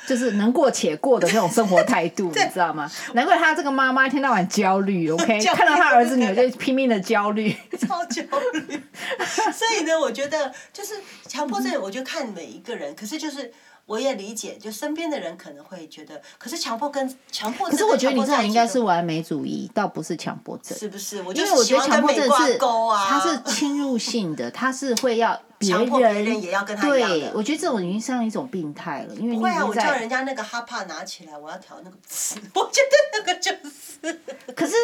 S2: 就是能过且过的那种生活态 度，你知道吗？难怪他这个妈妈一天到晚焦虑，OK，
S1: 焦虑
S2: 看到他儿子女儿就拼命的 焦虑。
S1: 超焦虑，所以呢，我觉得就是强迫症，我就看每一个人。可是就是我也理解，就身边的人可能会觉得，可是强迫跟强迫
S2: 可
S1: 症
S2: 是
S1: 跟强迫在一起的，
S2: 我觉得你这种应该是完美主义，倒不是强迫症，
S1: 是不是？我
S2: 因
S1: 就
S2: 为我
S1: 是喜
S2: 觉得
S1: 欢
S2: 强
S1: 跟
S2: 迫
S1: 美
S2: 症
S1: 挂
S2: 是
S1: 钩啊，
S2: 它是侵入性的，它是会要别
S1: 强迫别人也要跟他一样的
S2: 对，我觉得这种已经像一种病态了，因为你
S1: 会
S2: 已
S1: 啊，
S2: 经
S1: 我叫
S2: 在
S1: 人家那个哈帕拿起来，我要调那个词，我觉得那个就是
S2: 可是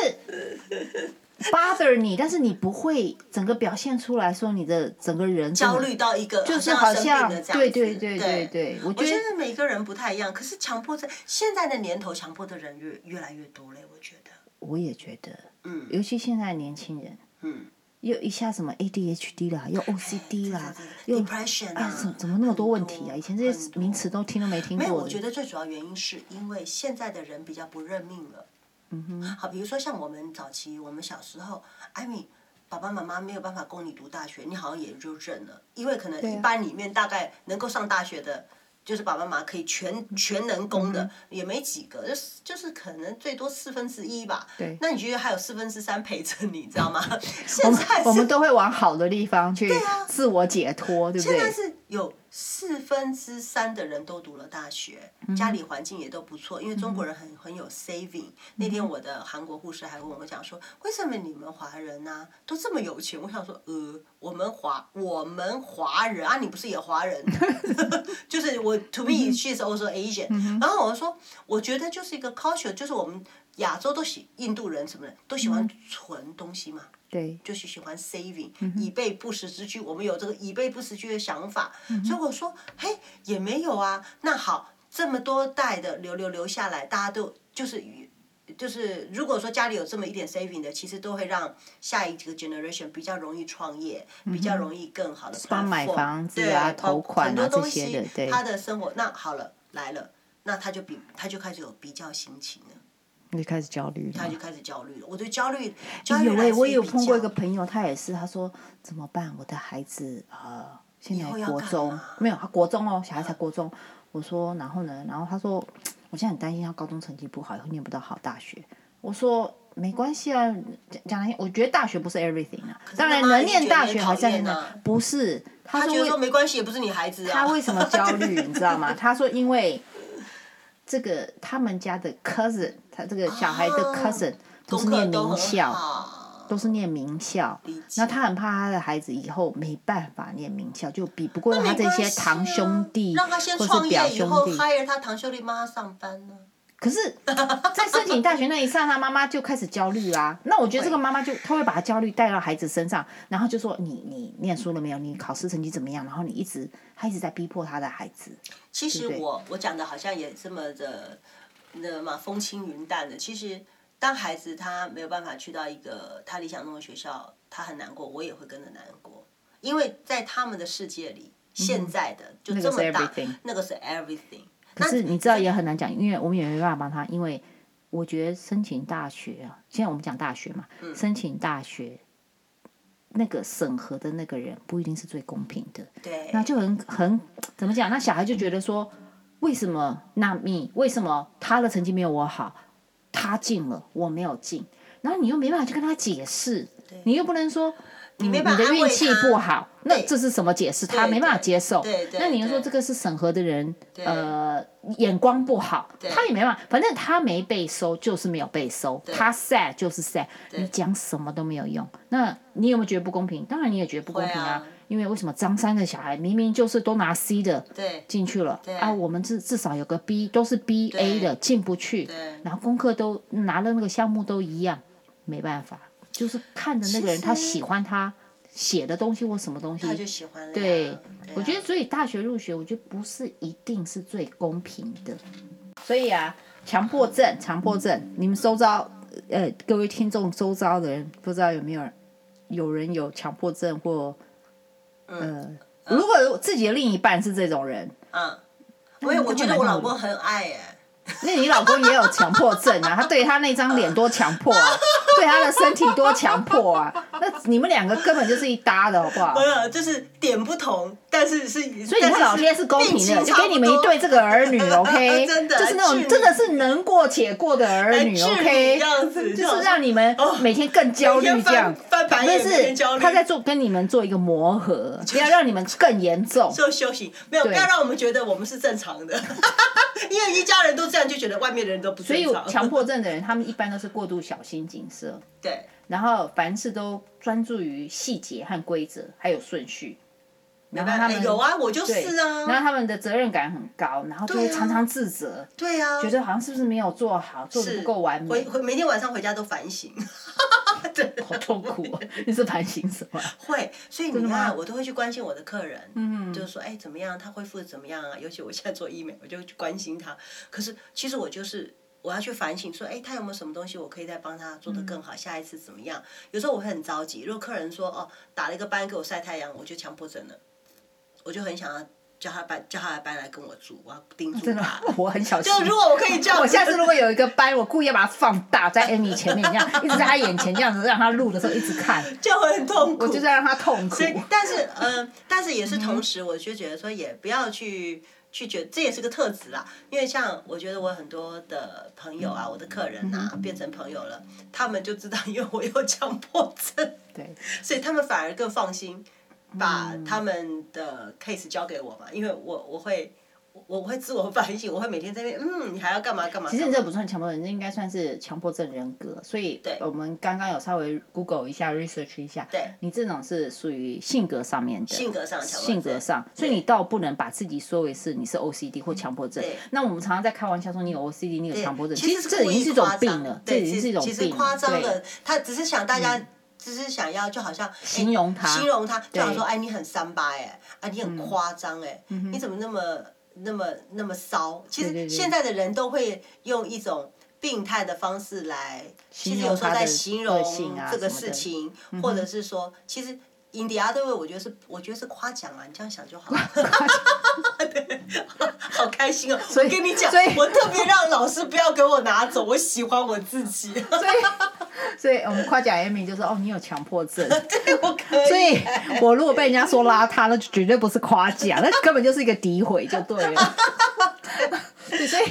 S2: bother 你，但是你不会整个表现出来说你的整个人这种
S1: 焦，虑到一 个
S2: 就是
S1: 好
S2: 好
S1: 像要生
S2: 像
S1: 病了这样
S2: 对
S1: 子
S2: 对对对
S1: 对。
S2: 对，我
S1: 我
S2: 觉
S1: 觉
S2: 得
S1: 得每个人不太一样，可是强迫症现在的年头，强迫的人越越来越多嘞，我觉得。
S2: 我也觉得，
S1: 嗯
S2: 尤其现在的年轻人。
S1: 嗯，
S2: 又一下什么 ADHD 啦，又 OCD 啦，又
S1: 对对对 depression 啊
S2: 哎，怎怎么那么多问题
S1: 很
S2: 啊？
S1: 多
S2: 以前这
S1: 很
S2: 些
S1: 多
S2: 名词都听都没听
S1: 没有，
S2: 过
S1: 我
S2: 的
S1: 觉。得最主要原因是因为现在的人比较不认命了。嗯哼。好，比如说像我们早期，我们小时候，艾米。爸爸妈妈没有办法供你读大学，你好像也就认了，因为可能
S2: 对啊
S1: 一班里面大概能够上大学的，就是爸爸妈妈可以全全能供的、也没几个，就是就是可能最多四分之一吧。
S2: 对
S1: 那你觉得还有四分之三陪着你，你知道吗？现在
S2: 我
S1: 是
S2: 们都会往好的地方去
S1: 啊
S2: 自我解脱，对不
S1: 现在
S2: 对？
S1: 是有四分之三的人都读了大学，
S2: 嗯
S1: 家里环境也都不错，因为中国人很很有 saving。那
S2: 嗯
S1: 天我的韩国护士还跟我们讲说，为什么你们华人呢、都这么有钱？我想说，呃，我们华我们华人啊，你不是也华 人？ 就是我 to
S2: 嗯
S1: me she's also Asian、然后我说，我觉得就是一个 culture，就是我们亚洲都喜印度人什么的都喜
S2: 嗯
S1: 欢存东西嘛。
S2: 对，
S1: 就是喜欢 saving，、以
S2: 嗯
S1: 备不时之需。我们有这个以备不时之需的想法，
S2: 嗯
S1: 所以我说，嘿，也没有啊。那好，这么多代的流流流下来，大家都就是就是，如果说家里有这么一点 saving 的，其实都会让下一个 generation 比较容易创业，比较容易更好的
S2: 嗯帮买
S1: platform
S2: 房子
S1: 对
S2: 啊
S1: 包
S2: 投款啊
S1: 很多东
S2: 这些的
S1: 西
S2: 对，
S1: 他的生活那好了来了，那他就比他就开始有比较心情了，
S2: 你开始焦虑
S1: 他
S2: 了
S1: 就。开始焦虑了。我对焦虑，焦虑
S2: 有
S1: 来
S2: 诶，
S1: 自
S2: 我
S1: 于
S2: 有
S1: 比
S2: 碰过一
S1: 较
S2: 个朋友，他也是，他说怎么办？我的孩子呃，现在
S1: 以后要
S2: 国
S1: 干
S2: 中
S1: 嘛
S2: 没有，他国中哦，小孩才国中。我说然后呢？然后他说我现在很担心他高中成绩不好，以后念不到好大学。我说没关系啊，讲讲来，我觉得大学不是 everything 啊，当然
S1: 妈妈
S2: 能
S1: 也
S2: 念
S1: 觉得
S2: 大
S1: 你
S2: 学
S1: 很
S2: 还
S1: 讨
S2: 是很
S1: 厌
S2: 难
S1: 啊，
S2: 不是？他
S1: 他
S2: 说
S1: 觉得
S2: 为
S1: 说没关系，也不是你孩子啊。
S2: 他为什么焦虑？你知道 吗？他说因为这个他们家的 cousin，他这个小孩的
S1: 啊
S2: cousin 都
S1: 功
S2: 是
S1: 课
S2: 念
S1: 都
S2: 名
S1: 很
S2: 校，
S1: 好
S2: 都是念名校
S1: 理。解
S2: 那他很怕他的孩子以后没办法念名校，就比不过
S1: 那
S2: 他
S1: 没
S2: 这
S1: 关
S2: 些
S1: 系啊
S2: 堂兄弟
S1: 让他先
S2: 或
S1: 创
S2: 是表
S1: 业，以
S2: 兄
S1: 后
S2: 弟。
S1: hire 他堂兄弟帮他上班呢、
S2: 可是，在申请大学那一刹那，妈妈就开始焦虑啦、 那我觉得这个妈妈就，她会把焦虑带到孩子身上，然后就说你你念书了没有？你考试成绩怎么样？然后你一直，她一直在逼迫她的孩子。
S1: 其实
S2: 对不对
S1: 我我讲的好像也这么的，那嘛风轻云淡的。其实当孩子他没有办法去到一个他理想中的学校，他很难过，我也会跟着难过，因为在他们的世界里，现在的就
S2: 嗯那个
S1: 这么
S2: 是
S1: 大
S2: everything，
S1: 那个是 everything。
S2: 可是
S1: 那
S2: 你知道也很难讲，因为我们也没办法帮他，因为我觉得申请大学啊，现在我们讲大学嘛，
S1: 嗯
S2: 申请大学那个审核的那个人不一定是最公平的，
S1: 对，
S2: 那就很很怎么讲？那小孩就觉得说，为什么那你为什么他的成绩没有我好，他进了我没有进，然后你又没办法去跟他解释，你又不能说。你
S1: 没办法
S2: 你的运
S1: 安慰
S2: 气
S1: 他
S2: 不好，那
S1: 对
S2: 这是什么解释？他
S1: 对
S2: 没办法
S1: 对
S2: 接受。
S1: 对对
S2: 那你又说
S1: 对
S2: 这个是审核的人，呃，眼光不好，他也没办法，反正他没被收就是没有被收，他 sad 就是 sad，你讲什么都没有用。那你有没有觉得不公平？当然你也觉得不公平
S1: 会
S2: 啊
S1: 啊，
S2: 因为为什么张三的小孩明明就是都拿 C 的
S1: 对
S2: 进去了
S1: 对
S2: 啊，我们至至少有个 B 都是 B A 的进不去，
S1: 嗯
S2: 然后功课都拿了那个项目都一样，没办法，就是看着那个人
S1: 其实
S2: 他喜欢他写的东西或什么东
S1: 他就
S2: 西。
S1: 喜欢了呀。
S2: 对
S1: 啊，
S2: 我觉得所以大学入学，我觉得不是一定是最公平的。所以啊，强迫症，强迫症，你们周遭呃各位听众周遭的人，不知道有没有人有人有强迫症或呃，如果自己的另一半是这种人，
S1: 嗯，我也我觉得我老公很爱哎、
S2: 那你老公也有强迫 症啊，他对他那张脸多强迫啊，对他的身体多强迫啊，那你们两个根本就是一搭的好不好
S1: 没？有，就是点不同，但是是
S2: 所以你们老爹是公平的，就给你们一对这个儿 女，OK，
S1: 真的
S2: 就是那
S1: 至
S2: 种
S1: 理
S2: 真的是能过且过的儿
S1: 来
S2: 女
S1: 治
S2: ，OK，
S1: 理这样子这
S2: 就
S1: 种
S2: 是让你们
S1: 哦
S2: 每天更焦虑
S1: 每天
S2: 这
S1: 翻
S2: 样，
S1: 翻白
S2: 但
S1: 眼每天焦
S2: 是
S1: 虑
S2: 他在做跟你们做一个磨合，不要让你们更严 重。
S1: 就修行，没有不
S2: 对
S1: 要让我们觉得我们是正常的， 因为一家人都这样，就觉得外面的人都不
S2: 所
S1: 正
S2: 以
S1: 常。
S2: 强迫症的人，他们一般都是过度小心谨慎，
S1: 对，
S2: 然后凡事都专注于细节和规则，还有顺序。然后他
S1: 哎
S2: 们
S1: 有啊，我就
S2: 对
S1: 是
S2: 然
S1: 啊，
S2: 后他们的责任感很高，然后就
S1: 对
S2: 会
S1: 啊
S2: 常常自责，
S1: 对啊，
S2: 觉得好像是不是没有做好，做的
S1: 是
S2: 不够完
S1: 回
S2: 美，
S1: 回每天晚上回家都反省，
S2: 好痛 苦、哦。你是反省什么？
S1: 会，所以
S2: 真
S1: 你
S2: 的吗
S1: 看，我都会去关心我的客人，
S2: 嗯
S1: 就是说，哎，怎么样，他恢复的怎么样啊？尤其我现在做医美，我就去关心他。可是其实我就是我要去反省，说，哎，他有没有什么东西我可以再帮他做得
S2: 嗯
S1: 更好，下一次怎么样？有时候我会很着急，如果客人说，哦，打了一个斑给我晒太阳，我就强迫症了，我就很想要叫他搬，叫他来搬来跟我住，我要叮嘱
S2: 哦真的
S1: 他。，
S2: 我很小心。
S1: 就如果我可以这样，
S2: 我下次如果有一个班，我故意要把它放大在 Amy 前面，这样一直在她眼前，这样子让她录的时候一直看，
S1: 就会很痛苦。
S2: 我就是要让她痛苦
S1: 所。以，但是，嗯、但是也是同时，我就觉得说，也不要去去觉这也是个特质啦。因为像我觉得我很多的朋友啊，我的客人啊，变成朋友了，他们就知道，因为我有强迫症，
S2: 对，
S1: 所以他们反而更放心把
S2: 嗯
S1: 他们的 case 交给我嘛，因为我我会。我我会自我反省，我会每天在那边，嗯，你还要干嘛干嘛？
S2: 其实
S1: 干
S2: 你
S1: 嘛
S2: 这不算强迫症，你这应该算是强迫症人格。所以
S1: 对
S2: 我们刚刚有稍微 Google 一下、research 一下，
S1: 对
S2: 你这种是属于性格上面的，
S1: 性格上的强迫症
S2: 性格上，所以你倒不能把自己说为是你是 OCD 或强迫症
S1: 对。
S2: 那我们常常在开玩笑说你有 OCD，你有强迫症，
S1: 其
S2: 其
S1: 实
S2: 实这已经是一种病了，这
S1: 对，
S2: 已经是一种
S1: 其
S2: 病
S1: 实其实夸张
S2: 对嗯
S1: 了，他只是想大家，只是想要就好像哎
S2: 形容他
S1: 形容他，就
S2: 对嗯
S1: 想说哎，你很三八哎，啊，你很夸张哎，你怎么那么那么那么骚？其
S2: 对
S1: 实
S2: 对对
S1: 现在的人都会用一种。病态的方式来，其实
S2: 形容
S1: 有时候
S2: 他
S1: 在
S2: 的
S1: 形
S2: 个
S1: 容
S2: 性啊
S1: 这个
S2: 什么
S1: 事
S2: 的嗯
S1: 情，或者是说，其实 in the other way，我觉得是，我觉得是夸奖啊，你这样想就好了。好开心哦！
S2: 所以
S1: 我跟你讲
S2: 所以，
S1: 我特别让老师不要给我拿走，我喜欢我自己。
S2: 所以，所以我们夸奖 Amy 就说：“哦，你有强迫 症。
S1: 对，我可”以。
S2: 所以，我如果被人家说邋遢，那绝对不是夸奖，那根本就是一个诋毁，就对 了。对，所以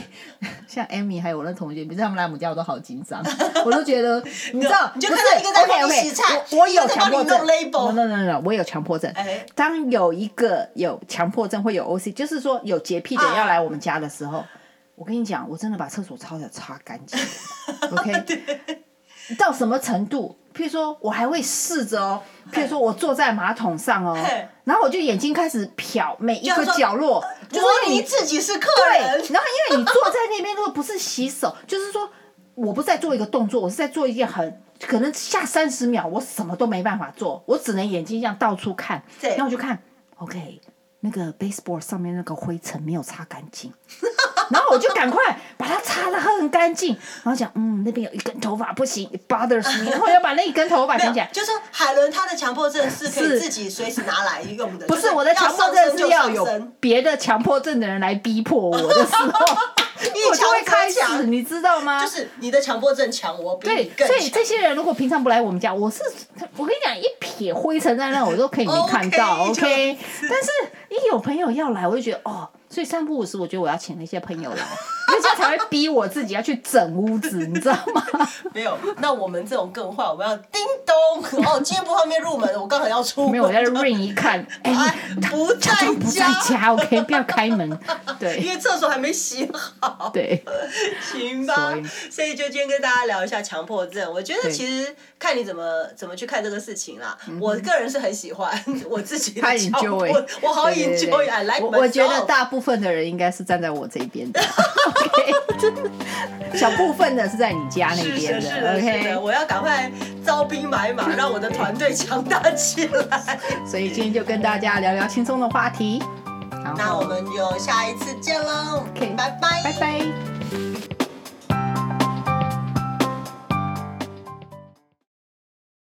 S2: 像 Amy 还有我那同学，每次他们来我们家，我都好紧张，我都觉得，你知道，
S1: 你就
S2: 不
S1: 看
S2: 是
S1: 到一个在帮
S2: OK
S1: 你洗
S2: OK，
S1: 菜
S2: 我我有
S1: 一个在
S2: 强
S1: 帮你
S2: 迫症
S1: 弄 label
S2: ，no no no no，我有强迫症
S1: 哎。
S2: 当有一个有强迫症或有 OC，就是说有洁癖的人
S1: 啊
S2: 要来我们家的时候，我跟你讲，我真的把厕所擦的擦干净 ，OK。到什么程度？譬如说，我还会试着哦，譬如说我坐在马桶上哦
S1: 嘿，
S2: 然后我就眼睛开始瞟每一
S1: 就
S2: 个
S1: 是说呃
S2: 角落，就
S1: 模
S2: 是
S1: 拟
S2: 你
S1: 自己是客
S2: 对，然后
S1: 人，
S2: 因为你坐在那边，如果不是洗手，就是说我不是在做一个动作，我是在做一件很可能下三十秒我什么都没办法做，我只能眼睛这样到处看，
S1: 对
S2: 然后我就看，OK，那个 baseboard 上面那个灰尘没有擦干净。然后我就赶快把它擦的很干净，然后讲，嗯，那边有一根头发不行，it bothers me，然后要把那一根头发
S1: 没
S2: 捡
S1: 有
S2: 起来，。
S1: 就是海伦她的强迫症是可以
S2: 是
S1: 自己随时拿来用的。
S2: 不
S1: 就是
S2: 我的强迫症是要
S1: 要上升就上
S2: 有
S1: 升
S2: 别的强迫症的人来逼迫我的时候，
S1: 越
S2: 我就会
S1: 强
S2: 开
S1: 则
S2: 始，
S1: 强，
S2: 你知道吗？
S1: 就是你的强迫症强，我比你
S2: 对，
S1: 更
S2: 所以
S1: 强。
S2: 这些人如果平常不来我们家，我是我跟你讲，一撇灰尘在那，我都 可以没看到
S1: OK，
S2: ，OK。但是一有朋友要来，我就觉得哦，所以三不五时，我觉得我要请那些朋友来，因为这样才会逼我自己要去整屋子，你知道吗？
S1: 没有，那我们这种更坏，我们要叮咚哦，今天不方便入门， 我刚好要出门。
S2: 没有，我在 ring 一看，哎、
S1: 哎不在
S2: 他不在
S1: 家，
S2: 家，OK，不要开门，
S1: 因
S2: 对
S1: 为厕所还没洗 好。
S2: 对，
S1: 行吧
S2: 所以，
S1: 所以就今天跟大家聊一下强迫症。我觉得
S2: 对嗯
S1: 其实看你怎么怎么去看这个事情啦。我个人是很喜欢我自 己
S2: 他
S1: 的强迫，
S2: enjoy，
S1: 我好
S2: 对对对
S1: enjoy，I like
S2: 我我觉得
S1: myself
S2: 大部分的人应该是站在我这边的 ，OK，真的，小部分的是在你家那
S1: 是
S2: 边
S1: 的，是的，是的，
S2: ，OK。
S1: 我要赶快招兵买马，让我的团队强大起来。
S2: 所以今天就跟大家聊聊轻松的话题。然后
S1: 那我们就下一次见喽
S2: OK，
S1: 拜
S2: 拜拜。